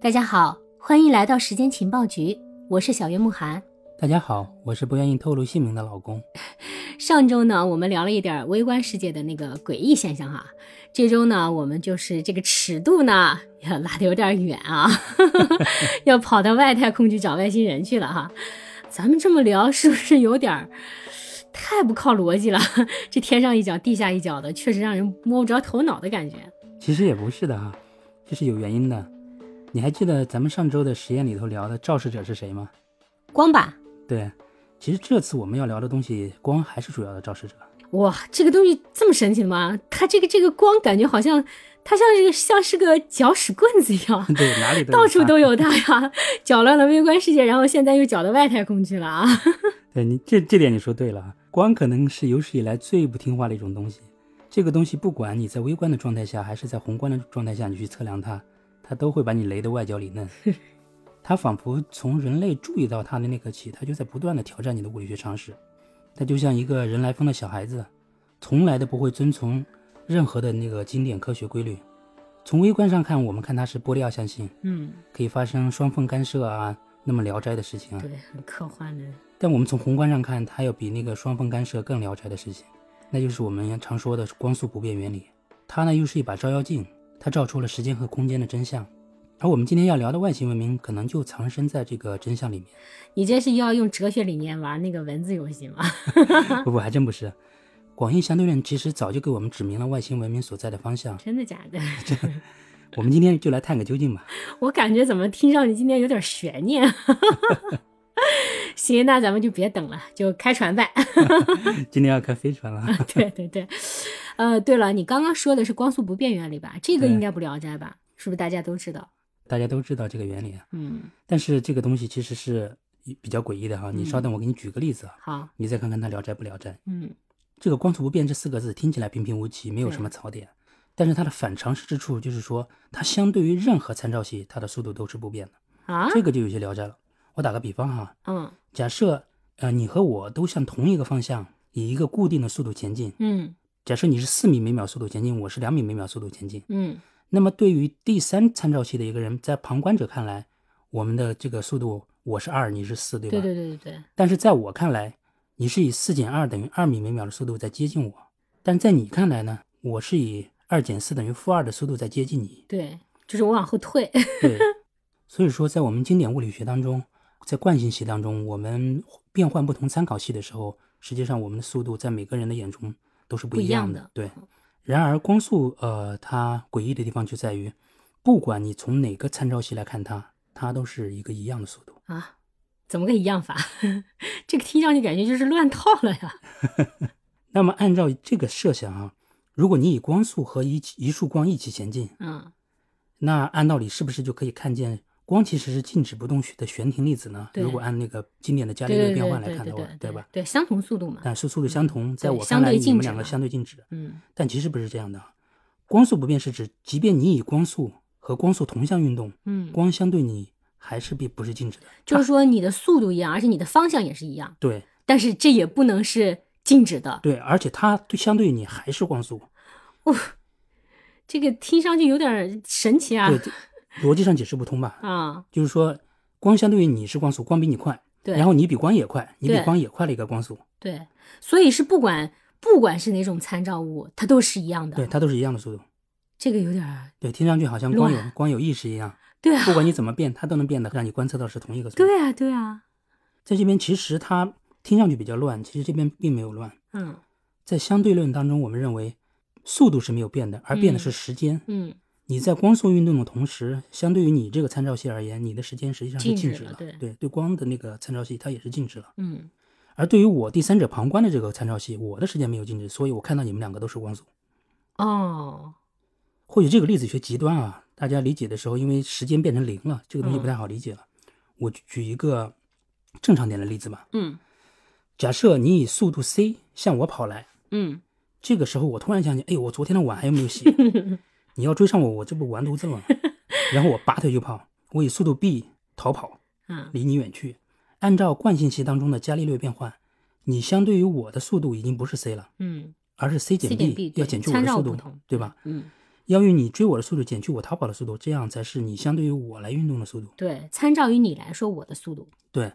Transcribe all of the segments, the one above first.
大家好，欢迎来到时间情报局，我是小月慕寒。大家好，我是不愿意透露姓名的老公。上周呢，我们聊了一点微观世界的那个诡异现象哈。这周呢，我们就是这个尺度呢， 要拉的有点远啊， 要跑到外太空去找外星人去了哈。咱们这么聊，是不是有点儿太不靠逻辑了？ 这天上一脚，地下一脚的，确实让人摸不着头脑的感觉。其实也不是的哈，这是有原因的。你还记得咱们上周的实验里头聊的肇事者是谁吗？光吧，对，其实这次我们要聊的东西，光还是主要的肇事者。 哇，这个东西这么神奇的吗？它这个这个光感觉好像，它像是像是个搅屎棍子一样， 对，哪里都到处它都。有它呀，搅乱了微观世界，然后现在又搅到外太空去了啊！对你这这点你说对了啊，光可能是有史以来最不听话的一种东西。这个东西不管你在微观的状态下，还是在宏观的状态下，你去测量它，它都会把你雷得外焦里嫩。它仿佛从人类注意到它的那刻起，它就在不断的挑战你的物理学常识。它就像一个人来疯的小孩子，从来都不会遵从任何的那个经典科学规律。从微观上看，我们看它是玻璃二象性，嗯，可以发生双缝干涉啊，那么聊斋的事情啊。对，很科幻的。但我们从宏观上看，它有比那个双缝干涉更聊斋的事情，那就是我们常说的光速不变原理。它呢又是一把照妖镜，它照出了时间和空间的真相。而我们今天要聊的外星文明，可能就藏身在这个真相里面。你这是要用哲学理念玩那个文字游戏吗？ 不不，还真不是。广义相对论其实早就给我们指明了外星文明所在的 方向。真的假的？我们今天就来探个究竟吧。我感觉怎么听上去今天有点悬念。 行，那咱们就别等了，就开船吧。今天要开飞船了。 对对对，呃，对了，你刚刚说的是光速不变原理吧？这个对应该不聊斋吧？是不是大家都知道？大家都知道这个原理，啊嗯，但是这个东西其实是比较诡异的哈。你稍等，我给你举个例子啊，好，你再看看它聊斋不聊斋。嗯，这个“光速不变”这四个字听起来平平无奇，没有什么槽点，但是它的反常识之处就是说，它相对于任何参照系，它的速度都是不变的，啊，这个就有些聊斋了。我打个比方哈，嗯假设呃你和我都向同一个方向以一个固定的速度前进，嗯假设你是四米每秒速度前进，我是两米每秒速度前进，嗯，那么对于第三参照系的一个人，在旁观者看来，我们的这个速度我是二，你是四，对吧？对对对对对，。但是在我看来，你是以四减二等于二米每秒的速度在接近我，但在你看来呢，我是以二减四等于负二的速度在接近你对，就是我往后退。 对，所以说在我们经典物理学当中，在惯性系当中，我们变换不同参考系的时候，实际上我们的速度在每个人的眼中都是不一样的。嗯不对，然而光速呃，它诡异的地方就在于，不管你从哪个参照系来看它，它都是一个一样的速度。啊，怎么个一样法？ 这个听上去感觉就是乱套了呀。那么按照这个设想啊，如果你以光速和一一束光一起前进，嗯，那按道理是不是就可以看见光其实是静止不动的悬停粒子呢？对如果按那个经典的伽利对略对对变换来对看对的话，对对吧？？对，相同速度嘛。但是速度相同，在对我相看来对你静们止两个嘛相对静止，嗯但其实不是这样的啊。光速不变是指，即便你以光速和光速同向运动，嗯，光相对你还是必不是静止的。就是说你的速度一样，而且你的方向也是一样，对但是这也不能是静止的。对，而且它对相对你还是光速，这个听上去有点神奇啊对，这逻辑上解释不通吧？啊，就是说，光相对于你是光速，光比你快，对然后你比光也快，你比对光也快了一个光速，对，所以是不管不管是哪种参照物，它都是一样对，的。它都是一样的速度，这个有点儿对，听上去好像光有乱光有意识一样，对啊不，管你怎么变，它都能变得让你观测到是同一个速度。对啊，对啊，在这边其实它听上去比较乱，其实这边并没有乱。嗯在相对论当中，我们认为速度是没有变的，而变的是时间。嗯，你在光速运动的同时，相对于你这个参照系而言，你的时间实际上是静静止止了了。对对对，光的那个参照系它也是静止了。嗯，而对于我第三者旁观的这个参照系，我的时间没有静止，所以我看到你们两个都是光速。哦，或许这个粒子学极端啊，大家理解的时候，因为时间变成零了，这个东西不太好理解了。我举举一个正常点的例子吧。嗯假设你以速度 c 向我跑来，嗯，这个时候我突然想起，哎，我昨天的碗还有没有洗？你要追上我，我这不完犊子了吗？然后我拔腿就跑，我以速度 b 逃跑，啊，离你远去。按照惯性系当中的伽利略变换，你相对于我的速度已经不是 c 了。嗯而是 c 减 C 减 B，对要减去我参的照速不度同，对吧？嗯要用你追我的速度减去我逃跑的速度，这样才是你相对于我来运动的速度。对，参照于你来说，我的速度，对，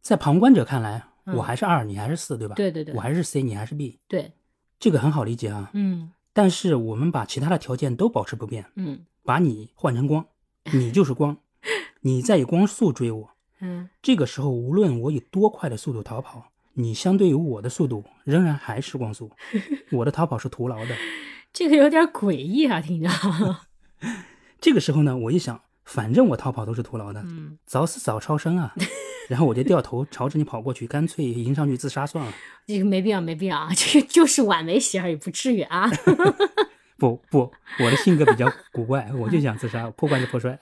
在旁观者看来，嗯我还是二，你还是四，对吧？对对对我还是 C，你还是 B，对，这个很好理解啊。嗯但是我们把其他的条件都保持不变，嗯把你换成光，你就 是光，你在以光速追我。嗯，这个时候，无论我以多快的速度逃跑，你相对于我的速度仍然还是 光速，我的逃跑是徒劳的。这个有点诡异啊，听着，这个时候呢，我一想，反正我逃跑都是徒劳的，嗯，早死早超生啊。然后我就掉头朝着你跑过去，干脆迎上去自杀算了。 这个没必要，没必要啊， 这个就是晚没洗而已，不至于啊。 不不，我的性格比较古怪，我就想自杀，破罐子破摔。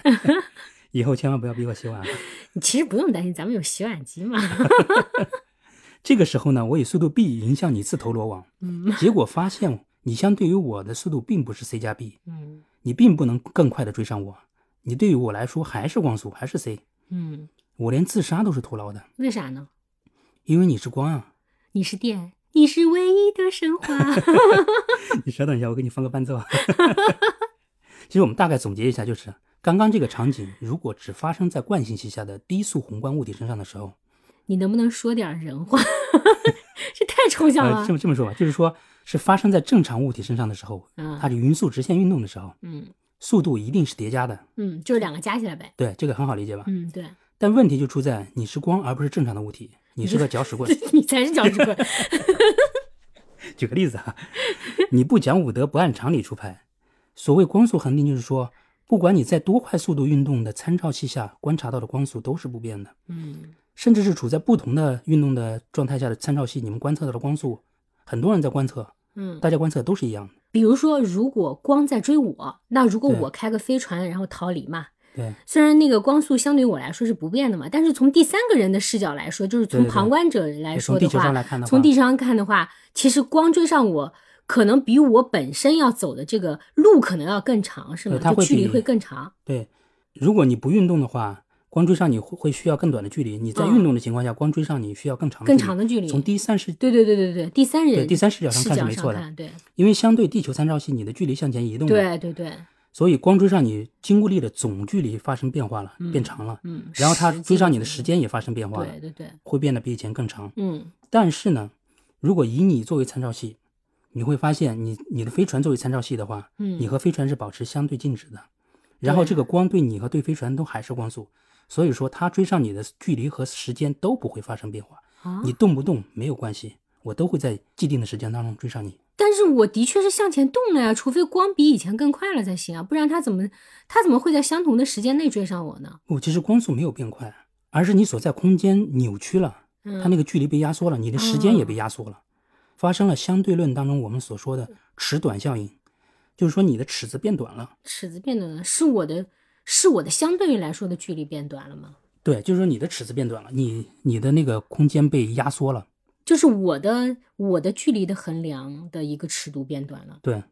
以后千万不要逼我洗碗啊。你其实不用担心，咱们有洗碗机嘛。这个时候呢，我以速度 b 迎向你自投罗网，嗯结果发现你相对于我的速度并不是 c 加 b，嗯你并不能更快的追上我，你对于我来说还是光速，还是 c，嗯，我连自杀都是徒劳的，为啥呢？因为你是光啊。你是电，你是唯一的神话。你稍等一下，我给你放个伴奏啊。 其实我们大概总结一下，就是刚刚这个场景，如果只发生在惯性旗下的低速宏观物体身上的时候，你能不能说点人话？ 这太抽象呃，了这。么这么说吧，就是说是发生在正常物体身上的时候，嗯它的匀速直线运动的时候，嗯速度一定是叠加的。嗯，就是两个加起来呗。对，这个很好理解吧？嗯，对，但问题就出在你是光而不是正常的物体，你是个搅 屎棍。你才是搅屎棍。举个例子啊，你不讲武德，不按常理出牌。所谓光速恒定，就是说，不管你在多快速度运动的参照器下观察到的光速都是不变的，嗯甚至是处在不同的运动的状态下的参照系，你们观测到的光速，很多人在观测，嗯，大家观测都是一样的。比如说，如果光在追我，那如果对我开个飞船然后逃离嘛，对虽然那个光速相对于我来说是不变的嘛，但是从第三个人的视角来说，就是对从对对旁观者来对，说从的地球话上，来看的话，从地上看的话，其实光追上我，可能比我本身要走的这个路可能要更长，是吗？对它就会距离比会更长。对，如果你不运动的话，光追上你会会需要更短的距离；你在嗯运动的情况下，光追上你需要更长的更距离长的距离从第三视对对对对对，第三人对第三视角上视看是角没错上的，看，对因为相对地球参照系，你的距离向前移动的，对对对，所以光追上你经过力的总距离发生变化了，变长了，嗯。然后它时追上你的间时间也发生变化了对，对对，会变得比以前更长。嗯但是呢，如果以你作为参照系，你会发现你你的飞船作为参照系的话，嗯，你和飞船是保持相对静止的，然后这个光对你和对飞船都还是光速，所以说它追上你的距离和时间都不会发生变化，啊你动不动没有关系，我都会在既定的时间当中追上你。但是我的确是向前动了呀，除非光比以前更快了才行啊，不然他怎么他怎么会在相同的时间内追上我呢？不，其实光速没有变快，而是你所在空间扭曲了。嗯，它那个距离被压缩了，你的时间也被压缩了，发生了相对论当中我们所说的尺短效应，就是说你的尺子变短了。尺子变短了，是我的是我的相对于来说的距离变短了吗？对，就是说你的尺子变短了，你你的那个空间被压缩了。就是我的我的距离的衡量的一个尺度变短了。对，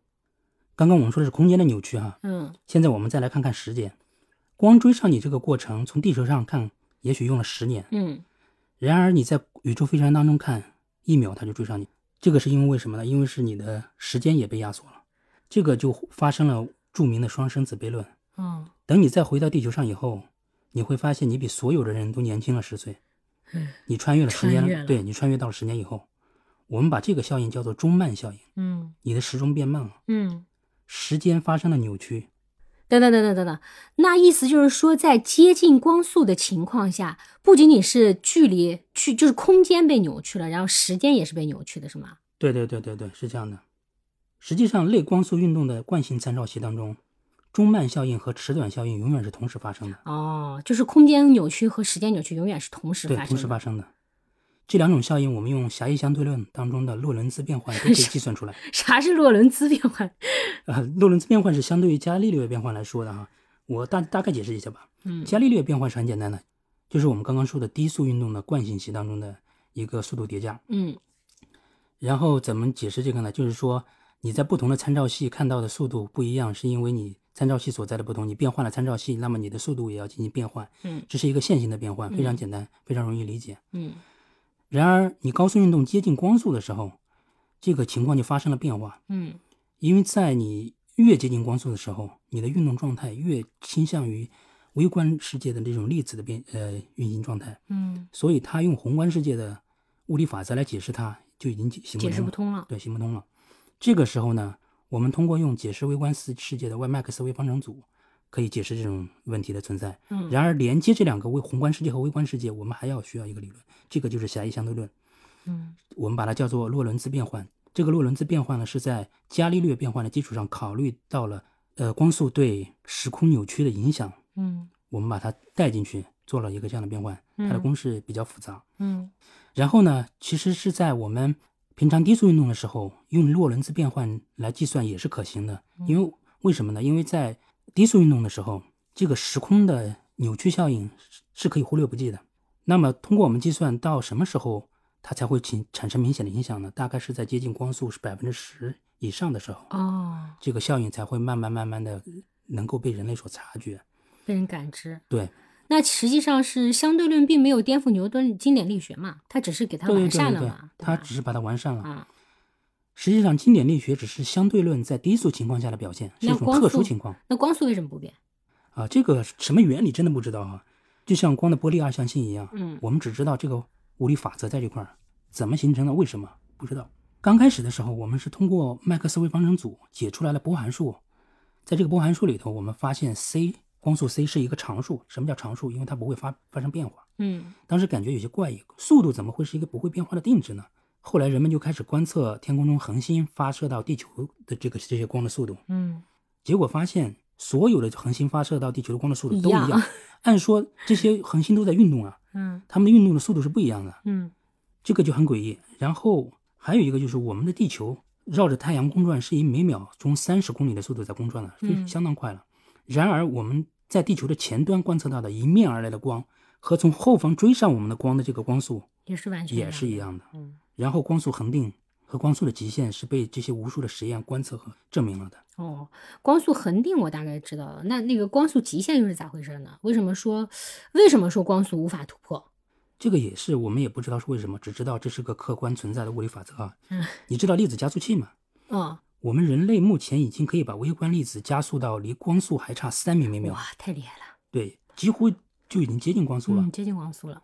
刚刚我们说的是空间的扭曲哈，嗯现在我们再来看看时间，光追上你这个过程，从地球上看也许用了十年，嗯然而你在宇宙飞船当中看，一秒它就追上你，这个是因为为什么呢？因为是你的时间也被压缩了，这个就发生了著名的双生子悖论。嗯，等你再回到地球上以后，你会发现你比所有的人都年轻了十岁嗯，你穿越了十穿越年，了对你穿越到了十年以后，我们把这个效应叫做中慢效应，嗯你的时钟变慢了，嗯，时间发生了扭曲，等等等等等等，那意思就是说，在接近光速的情况下，不仅仅是距离去，就是空间被扭曲了，然后时间也是被扭曲的，是吗？对对对对对，是这样的。实际上，类光速运动的惯性参照系当中，中慢效应和迟短效应永远是同时发生的，哦，就是空间扭曲和时间扭曲永远是同时对发，生同的。时发生的。这两种效应，我们用狭义相对论当中的洛伦兹变换都可 以计算出来。啥是洛伦兹变换？啊，洛伦兹变换是相对于伽利略变换来说的哈，我大大概解释一下吧。嗯伽利略变换是很简单的，就是我们刚刚说的低速运动的惯性系当中的一个速度叠加。嗯然后怎么解释这个呢？就是说你在不同的参照系看到的速度不一样，是因为你参照系所在的不同，你变换了参照系，那么你的速度也要进行变换。嗯这是一个线性的变换，非常嗯简单，非常容易理解。嗯然而，你高速运动接近光速的时候，这个情况就发生了变化。嗯因为在你越接近光速的时候，你的运动状态越倾向于微观世界的这种粒子的变呃运行状态，嗯，所以他用宏观世界的物理法则来解释它，就已经解行不解释通不了。通了。对，行不通了。这个时候呢，我们通过用解释微观世世界的外麦克斯微方程组，可以解释这种问题的存在。嗯然而，连接这两个微宏观世界和微观世界，我们还要需要一个理论，这个就是狭义相对论。嗯我们把它叫做洛伦兹变换。这个洛伦兹变换呢，是在伽利略变换的基础上，考虑到了呃光速对时空扭曲的影响，嗯我们把它带进去，做了一个这样的变换。它的嗯公式比较复杂。嗯然后呢，其实是在我们平常低速运动的时候，用洛伦兹变换来计算也是可行的。因为为什么呢？因为在低速运动的时候，这个时空的扭曲效应是是可以忽略不计的。那么通过我们计算，到什么时候它才会产产生明显的影响呢？大概是在接近光速是百分之十以上的时候，哦，这个效应才会慢慢慢慢的能够被人类所察觉。被人感知。对，那实际上是相对论并没有颠覆牛顿经典力学嘛，它只是给它对对完善对了对嘛，，它吧只是把它完善了。啊，实际上，经典力学只是相对论在低速情况下的表现，是一那种光特殊速情况那光速为什么不变？啊。这个什么原理真的不知道啊，就像光的波粒二象性一样，嗯我们只知道这个物理法则在这块儿怎么形成的，为什么不知道。刚开始的时候，我们是通过麦克斯韦方程组解出来了波函数，在这个波函数里头，我们发现 c 光速 c 是一个常数。什么叫常数？因为它不会发发生变化。嗯当时感觉有些怪异，速度怎么会是一个不会变化的定值呢？后来人们就开始观测天空中恒星发射到地球的这个这些光的速度，嗯结果发现所有的恒星发射到地球的光的速度都一一样样。按说这些恒星都在运动啊，嗯它们的运动的速度是不一样的，嗯这个就很诡异。然后还有一个就是我们的地球绕着太阳公转是以每秒钟三十公里的速度在公转的，非嗯相当快了。然而我们在地球的前端观测到的迎面而来的光和从后方追上我们的光的这个光速。也是完全也是样一样的。的。嗯，然后光速恒定和光速的极限是被这些无数的实验观测和证明了的。哦，光速恒定我大概知道了，那那个光速极限又是咋回事呢？为什么说为什么说光速无法突破？这个也是我们也不知道是为什么，只知道这是个客观存在的物理法则啊。嗯你知道粒子加速器吗？哦，我们人类目前已经可以把微观粒子加速到离光速还差三米每秒，哇，太厉害了，对，几乎就已经接近光速了。嗯，接近光速了。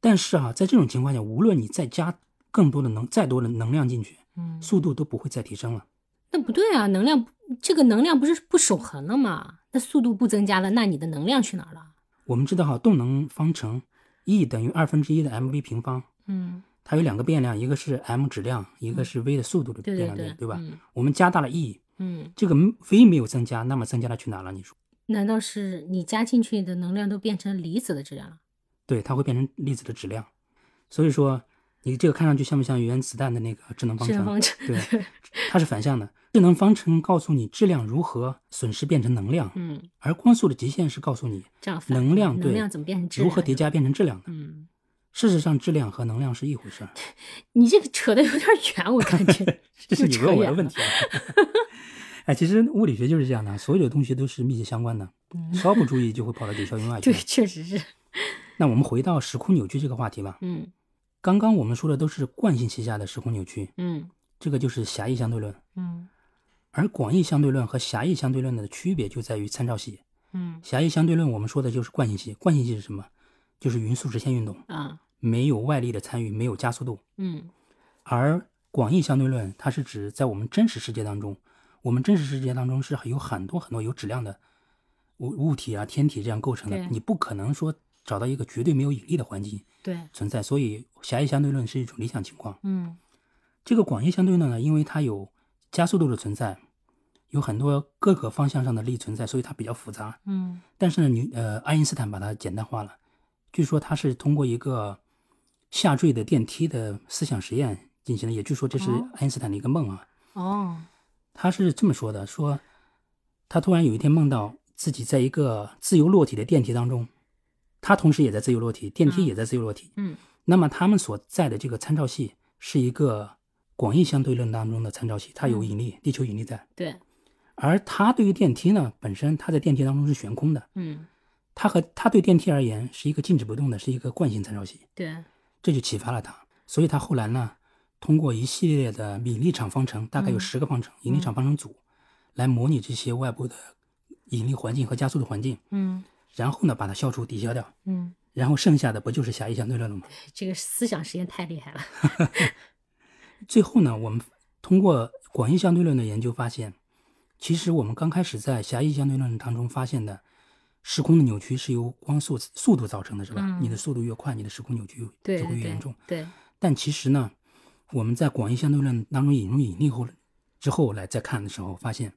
但是啊，在这种情况下，无论你再加更多的能再多的能量进去，嗯，速度都不会再提升了。那不对啊，能量不这个能量不是不守恒了吗？那速度不增加了，那你的能量去哪儿了？我们知道哈，动能方程 E 等于二分之一的 mv 平方，嗯，它有两个变量，一个是 m 质量，一个是 v 的速度的对变量对变，对，吧、嗯我们加大了 e，嗯，这个 v 没有增加，那么增加了去哪了？你说？难道是你加进去的能量都变成离子的质量了？对，它会变成粒子的质量。所以说，你这个看上去像不像原子弹的那个质能方质量程？方程，对，它是反向的。质能方程告诉你质量如何损失变成能量， 嗯，而光速的极限是告诉你这样反能量对能量怎么变成质量？如何叠？加变成质量的。嗯，事实上，质量和能量是一 回事儿。你这个扯的有点远，我感 觉这是又你扯问我远的问了题。啊 哎，其实物理学就是这样的，啊所有的东西都是密切相关的，嗯稍不注意就会跑到九霄云外去对，了。确实是，那我们回到时空扭曲这个话题吧。嗯刚刚我们说的都是惯性旗下的时空扭曲，嗯这个就是狭义相对论。嗯而广义相对论和狭义相对论的区别就在于参照系。嗯狭义相对论我们说的就是惯性系，惯性系是什么？就是匀速直线运动，啊没有外力的参与，没有加速度。嗯而广义相对论，它是指在我们真实世界当中，我们真实世界当中是有很多很多有质量的物物体啊、天体这样构成的对，你不可能说找到一个绝对没有引力的环境对，存在，所以狭义相对论是一种理想情况。嗯这个广义相对论呢，因为它有加速度的存在，有很多各个方向上的力存在，所以它比较复杂。嗯但是呢，你呃，爱因斯坦把它简单化了，据说他是通过一个下坠的电梯的思想实验进行的，也据说这是哦爱因斯坦的一个梦啊。哦他是这么说的：说他突然有一天梦到自己在一个自由落体的电梯当中，他同时也在自由落体，电梯嗯也在自由落体。嗯那么他们所在的这个参照系是一个广义相对论当中的参照系，它有嗯引力，地球引力在。对，而它对于电梯呢，本身它在电梯当中是悬空的，嗯它和它对电梯而言是一个静止不动的，是一个惯性参照系，对，这就启发了他。所以他后来呢，通过一系列的引力场方程，大概有嗯十个方程，引力场方程组，来模拟这些外部的引力环境和加速的环境，嗯然后呢把它消除抵消掉，嗯，然后剩下的不就是狭义相对论了吗？这个思想实验太厉害了。最后呢，我们通过广义相对论的研究发现，其实我们刚开始在狭义相对论当中发现的时空的扭曲是由光速速度造成的，是吧？嗯你的速度越快，你的时空扭曲对就会对越对严重。对，但其实呢，我们在广义相对论当中引入引力后之后来再看的时候，发现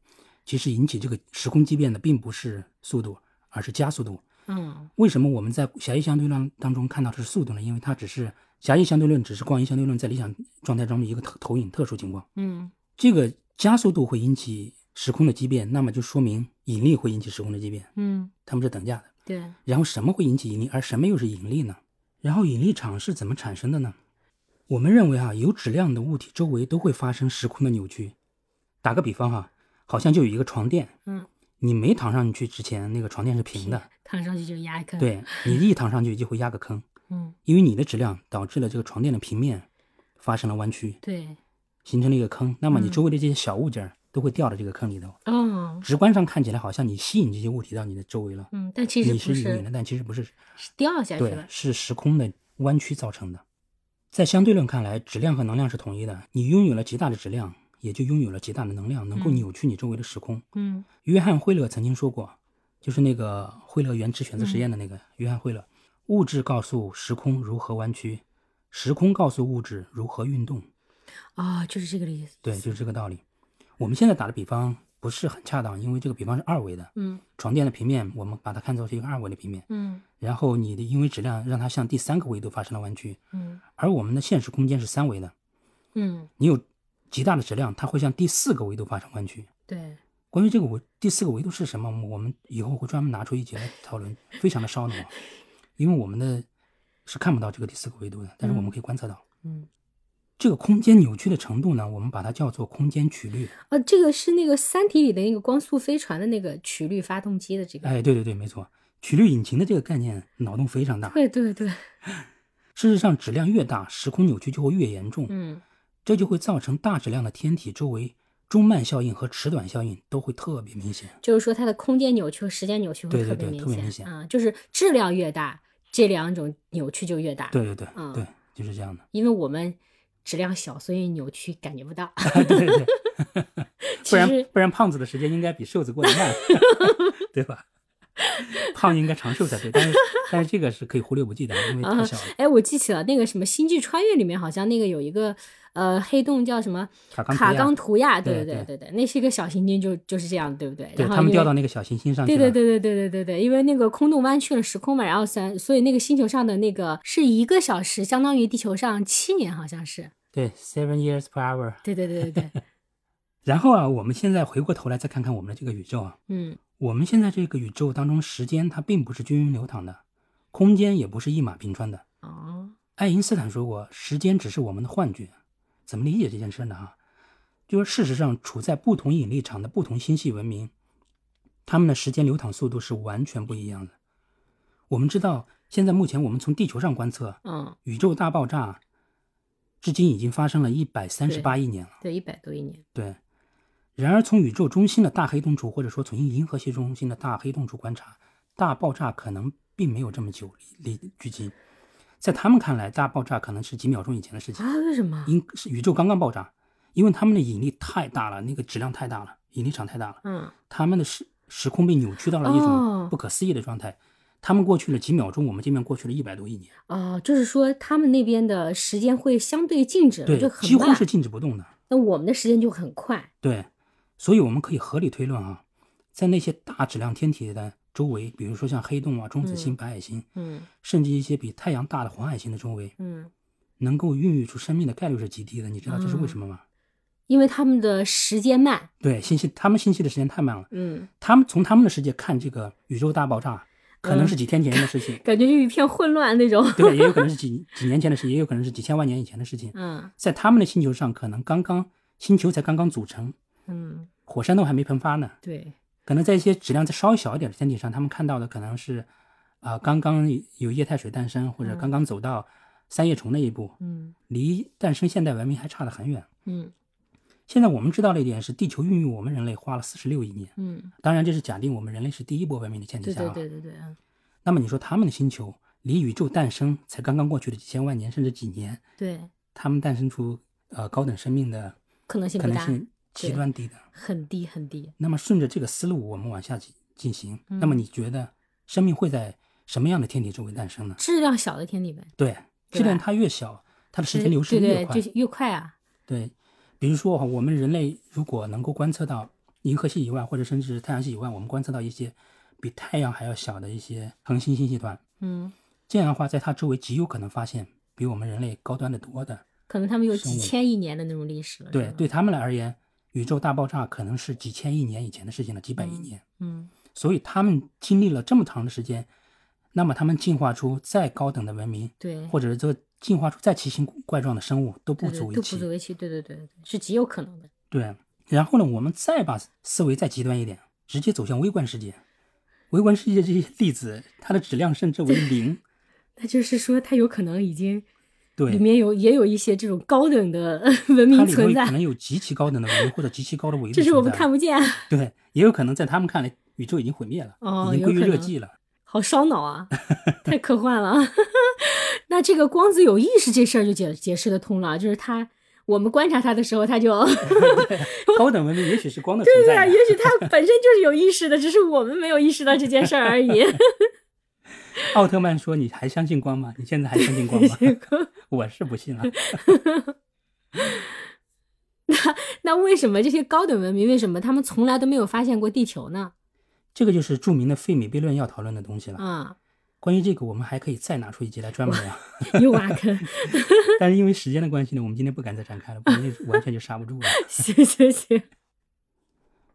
其实引起这个时空畸变的并不是速度，而是加速度。嗯为什么我们在狭义相对论当中看到的是速度呢？因为它只是狭义相对论只是广义相对论在理想状态中的一个投投影特殊情况。嗯这个加速度会引起时空的畸变，那么就说明引力会引起时空的畸变，嗯，它们是等价的。对，然后什么会引起引力，而什么又是引力呢？然后引力场是怎么产生的呢？我们认为啊，有质量的物体周围都会发生时空的扭曲。打个比方哈、啊好像就有一个床垫，嗯，你没躺上去之前，那个床垫是平的，躺上去就压一根。，对你一躺上去就会压个坑，嗯因为你的质量导致了这个床垫的平面发生了弯曲，对，形成了一个坑。那么你嗯周围的这些小物件儿都会掉到这个坑里头。哦，直观上看起来好像你吸引这些物体到你的周围了，嗯，但其你实是不引力了，是，但其实不是，是掉下去对了，。是时空的弯曲造成的。在相对论看来，质量和能量是统一的，你拥有了极大的质量，也就拥有了极大的能量，能够嗯扭曲你周围的时空。嗯约翰·惠勒曾经说过，就是那个惠勒原子选择实验的那个、约翰·惠勒，物质告诉时空如何弯曲，时空告诉物质如何运动。哦，就是这个意思。对，就是这个道理。我们现在打的比方不是很恰当，因为这个比方是二维的，嗯床垫的平面，我们把它看作是一个二维的平面，嗯然后你的因为质量让它向第三个维度发生了弯曲，嗯而我们的现实空间是三维的，嗯，你有极大的质量，它会向第四个维度发生弯曲。对，关于这个维第四个维度是什么，我们以后会专门拿出一节来讨论，非常的烧脑，啊因为我们的是看不到这个第四个维度的，但是我们可以观测到、嗯，这个空间扭曲的程度呢，我们把它叫做空间曲率。啊，这个是那个《三体》里的那个光速飞船的那个曲率发动机的这个。哎，对对对，没错，曲率引擎的这个概念脑洞非常大。 对对对，事实上，质量越大，时空扭曲就会越严重，嗯这就会造成大质量的天体周围中慢效应和迟短效应都会特别明显。就是说它的空间扭曲和时间扭曲会对对特别对明特别明显显啊，就是质量越大，这两种扭曲就越大。，对对对、嗯对，就是这样的。因为我们质量小，所以扭曲感觉不到。 对对对，其不然实不然胖子的时间应该比瘦子过得慢， 对吧？胖应该长寿才对，但是但是这个是可以忽略不计的，因为太小了。哎，我记起了那个什么《星际穿越》里面，好像那个有一个呃黑洞叫什么卡冈图卡亚冈图亚，对对对对对，那是一个小行星就，就是这样，对不对？对然后他们因掉为到那个小行星上去对了。对对对对对对对，因为那个空洞弯曲了时空嘛，然后三，所以那个星球上的那个是一个小时，相当于地球上七年，好像是。对，seven years per hour。对对对对对，然后啊，我们现在回过头来再看看我们的这个宇宙啊，嗯我们现在这个宇宙当中，时间它并不是均匀流淌的，空间也不是一马平川的。 哦，爱因斯坦说过，时间只是我们的幻觉。怎么理解这件事呢？啊，就是事实上，处在不同引力场的不同星系文明，它们的时间流淌速度是完全不一样的。我们知道，现在目前我们从地球上观测嗯，宇宙大爆炸，至今已经发生了一百三十八亿年了。对，一百多亿年，对。然而，从宇宙中心的大黑洞处，或者说从银河系中心的大黑洞处观察，大爆炸可能并没有这么久离离距今。在他们看来，大爆炸可能是几秒钟以前的事情，啊？为什么？因是宇宙刚刚爆炸，因为他们的引力太大了，那个质量太大了，引力场太大了，嗯，他们的时时空被扭曲到了一种哦不可思议的状态。他们过去了几秒钟，我们这边过去了一百多亿年，哦，就是说他们那边的时间会相对静止了，对呃就，很几乎慢是。静止不动的。那我们的时间就很快。对，所以我们可以合理推论啊，在那些大质量天体的周围，比如说像黑洞啊、中子星、白矮星，嗯甚至一些比太阳大的黄矮星的周围，嗯，能够孕育出生命的概率是极低的。你知道这是为什么吗？因为他们的时间慢。对，信息他们信息的时间太慢了，嗯，他们从他们的世界看这个宇宙大爆炸，可嗯，能是几天前的事情 感觉就一片混乱那种。对，也有可能是几几年前的事，也有可能是几千万年以前的事情。 嗯在他们的星球上，可能刚刚星球才刚刚组成，嗯，火山都还没喷发呢。对，可能在一些质量再稍微小一点的天体上，他们看到的可能是，啊、刚刚有液态水诞生，或者嗯刚刚走到三叶虫那一步，嗯离诞生现代文明还差得很远。嗯现在我们知道的一点是，地球孕育我们人类花了四十六亿年，嗯，当然这是假定我们人类是第一波文明的前提对下对啊。对对对，嗯那么你说他们的星球离宇宙诞生才刚刚过去的几千万年甚至几年，对，他们诞生出呃高等生命的可能性可不能大，性极对端低的。很低很低。那么顺着这个思路，我们往下进进行。嗯那么你觉得生命会在什么样的天体周围诞生呢？质量小的天体呗，对，对质量吧它越小，它的时间流逝对越对快。对，就是越快啊，对比如说哈，我们人类如果能够观测到银河系以外，或者甚至太阳系以外，我们观测到一些比太阳还要小的一些恒星星系团，嗯，这样的话，在它周围极有可能发现比我们人类高端的多的。可能他们有生几物千亿年的那种历史了，对是，吧，对他们来而言，宇宙大爆炸可能是几千亿年以前的事情了，几百亿嗯年。嗯所以他们经历了这么长的时间，那么他们进化出再高等的文明，对，或者说进化出再奇形怪状的生物都对不对足为都奇不。足为奇，对对对，对是极有可能的。对，然后呢，我们再把思维再极端一点，直接走向微观世界。微观世界这些粒子，它的质量甚至为零。那就是说，它有可能已经里对，面有也有一些这种高等的文它明里存头可在，能有极其高等的文明或者极其高的维 度。只是我们看。不见啊，对，也有可能在他们看来，宇宙已经毁灭了，哦已经归于有可能热寂了。好烧脑 啊，太科幻了。 那这个光子有意识这事儿就解解释得通了，就是它我们观察它的时候，它就高等文明也许是 光的存对对在啊，的。也许它本身就是有意识的，只是我们没有意识到这件事儿而已。 奥特曼说：“你还相信光吗？你现在还相信光 吗？” 我是不信了。啊那为什么这些高等文明为什么他们从来都没有发现过地球呢？这个就是著名的费米悖论要讨论的东西了。啊，关于这个，我们还可以再拿出一集来专门聊，又挖坑，但是因为时间的关系呢，我们今天不敢再展开了，不然就完全就刹不住了。 行行行，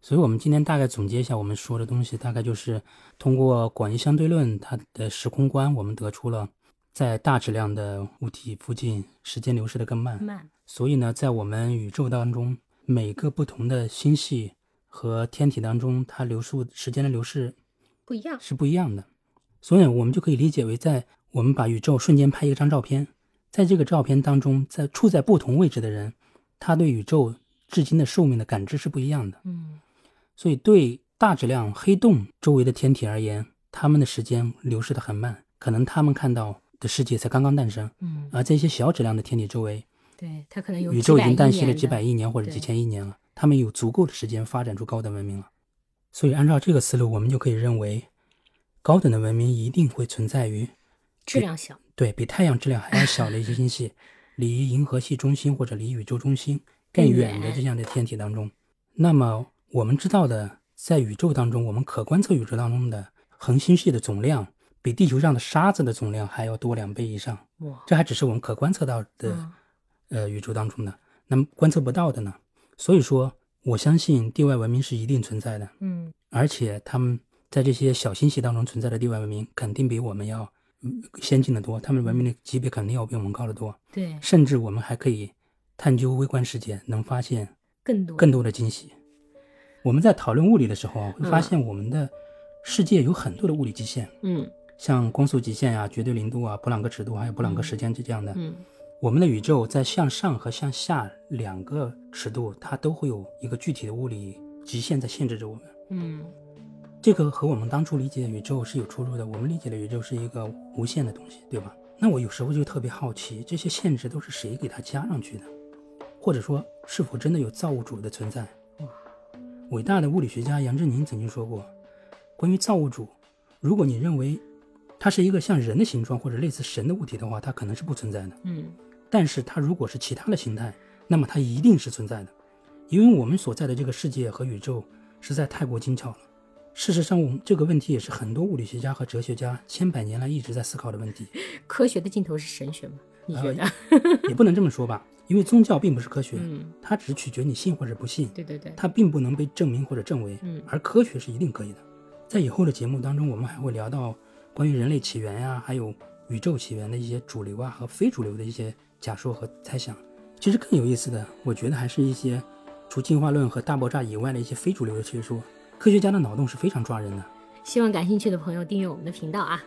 所以，我们今天大概总结一下我们说的东西，大概就是通过广义相对论它的时空观，我们得出了在大质量的物体附近，时间流逝的更慢。慢，所以呢，在我们宇宙当中，每个不同的星系和天体当中，它流速时间的流逝不一样。是不一样的。所以我们就可以理解为，在我们把宇宙瞬间拍一张照片，在这个照片当中，在处在不同位置的人，他对宇宙至今的寿命的感知是不一样的。嗯，所以对大质量黑洞周围的天体而言，他们的时间流逝得很慢，可能他们看到的世界才刚刚诞生，嗯，而在一些小质量的天体周围，对，它可能有宇几宙已百经亿诞生了年几的百亿年或者几对千亿年了，他们有足够的时间发展出高等文明了。所以，按照这个思路，我们就可以认为，高等的文明一定会存在于质量小，对比太阳质量还要小的一些星系，离银河系中心或者离宇宙中心更远的这样的天体当中。那么，我们知道的，在宇宙当中，我们可观测宇宙当中的恒星系的总量，比地球上的沙子的总量还要多两倍以上。哇，这还只是我们可观测到的、嗯呃宇宙当中的，那么观测不到的呢？所以说，我相信地外文明是一定存在的，嗯，而且他们在这些小星系当中存在的地外文明，肯定比我们要嗯先进的多，他们文明的级别肯定要比我们高得多，对，甚至我们还可以探究微观世界，能发现更多更多的惊喜。我们在讨论物理的时候啊，会发嗯现我们的世界有很多的物理极限，嗯像光速极限啊、绝对零度啊、普朗克尺度，还有普朗克嗯时间这样的。嗯我们的宇宙在向上和向下两个尺度，它都会有一个具体的物理极限在限制着我们。嗯这个和我们当初理解的宇宙是有出入的。我们理解的宇宙是一个无限的东西，对吧？那我有时候就特别好奇，这些限制都是谁给它加上去的？或者说，是否真的有造物主的存在？哇伟大的物理学家杨振宁曾经说过，关于造物主，如果你认为它是一个像人的形状或者类似神的物体的话，它可能是不存在的。嗯但是它如果是其他的形态，那么它一定是存在的，因为我们所在的这个世界和宇宙实在太过精巧了。事实上，我们这个问题也是很多物理学家和哲学家千百年来一直在思考的问题，科学的尽头是神学吗？你觉得？也不能这么说吧，因为宗教并不是科学，嗯，它只取决你信或者不信，对对对，它并不能被证明或者证伪嗯，而科学是一定可以的。在以后的节目当中，我们还会聊到关于人类起源呀、还有宇宙起源的一些主流啊和非主流的一些假说和猜想。其实更有意思的，我觉得还是一些除进化论和大爆炸以外的一些非主流的学说。科学家的脑洞是非常抓人的。希望感兴趣的朋友订阅我们的频道啊。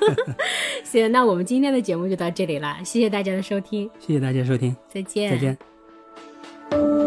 行，那我们今天的节目就到这里了，谢谢大家的收听，谢谢大家收听，再见，再见。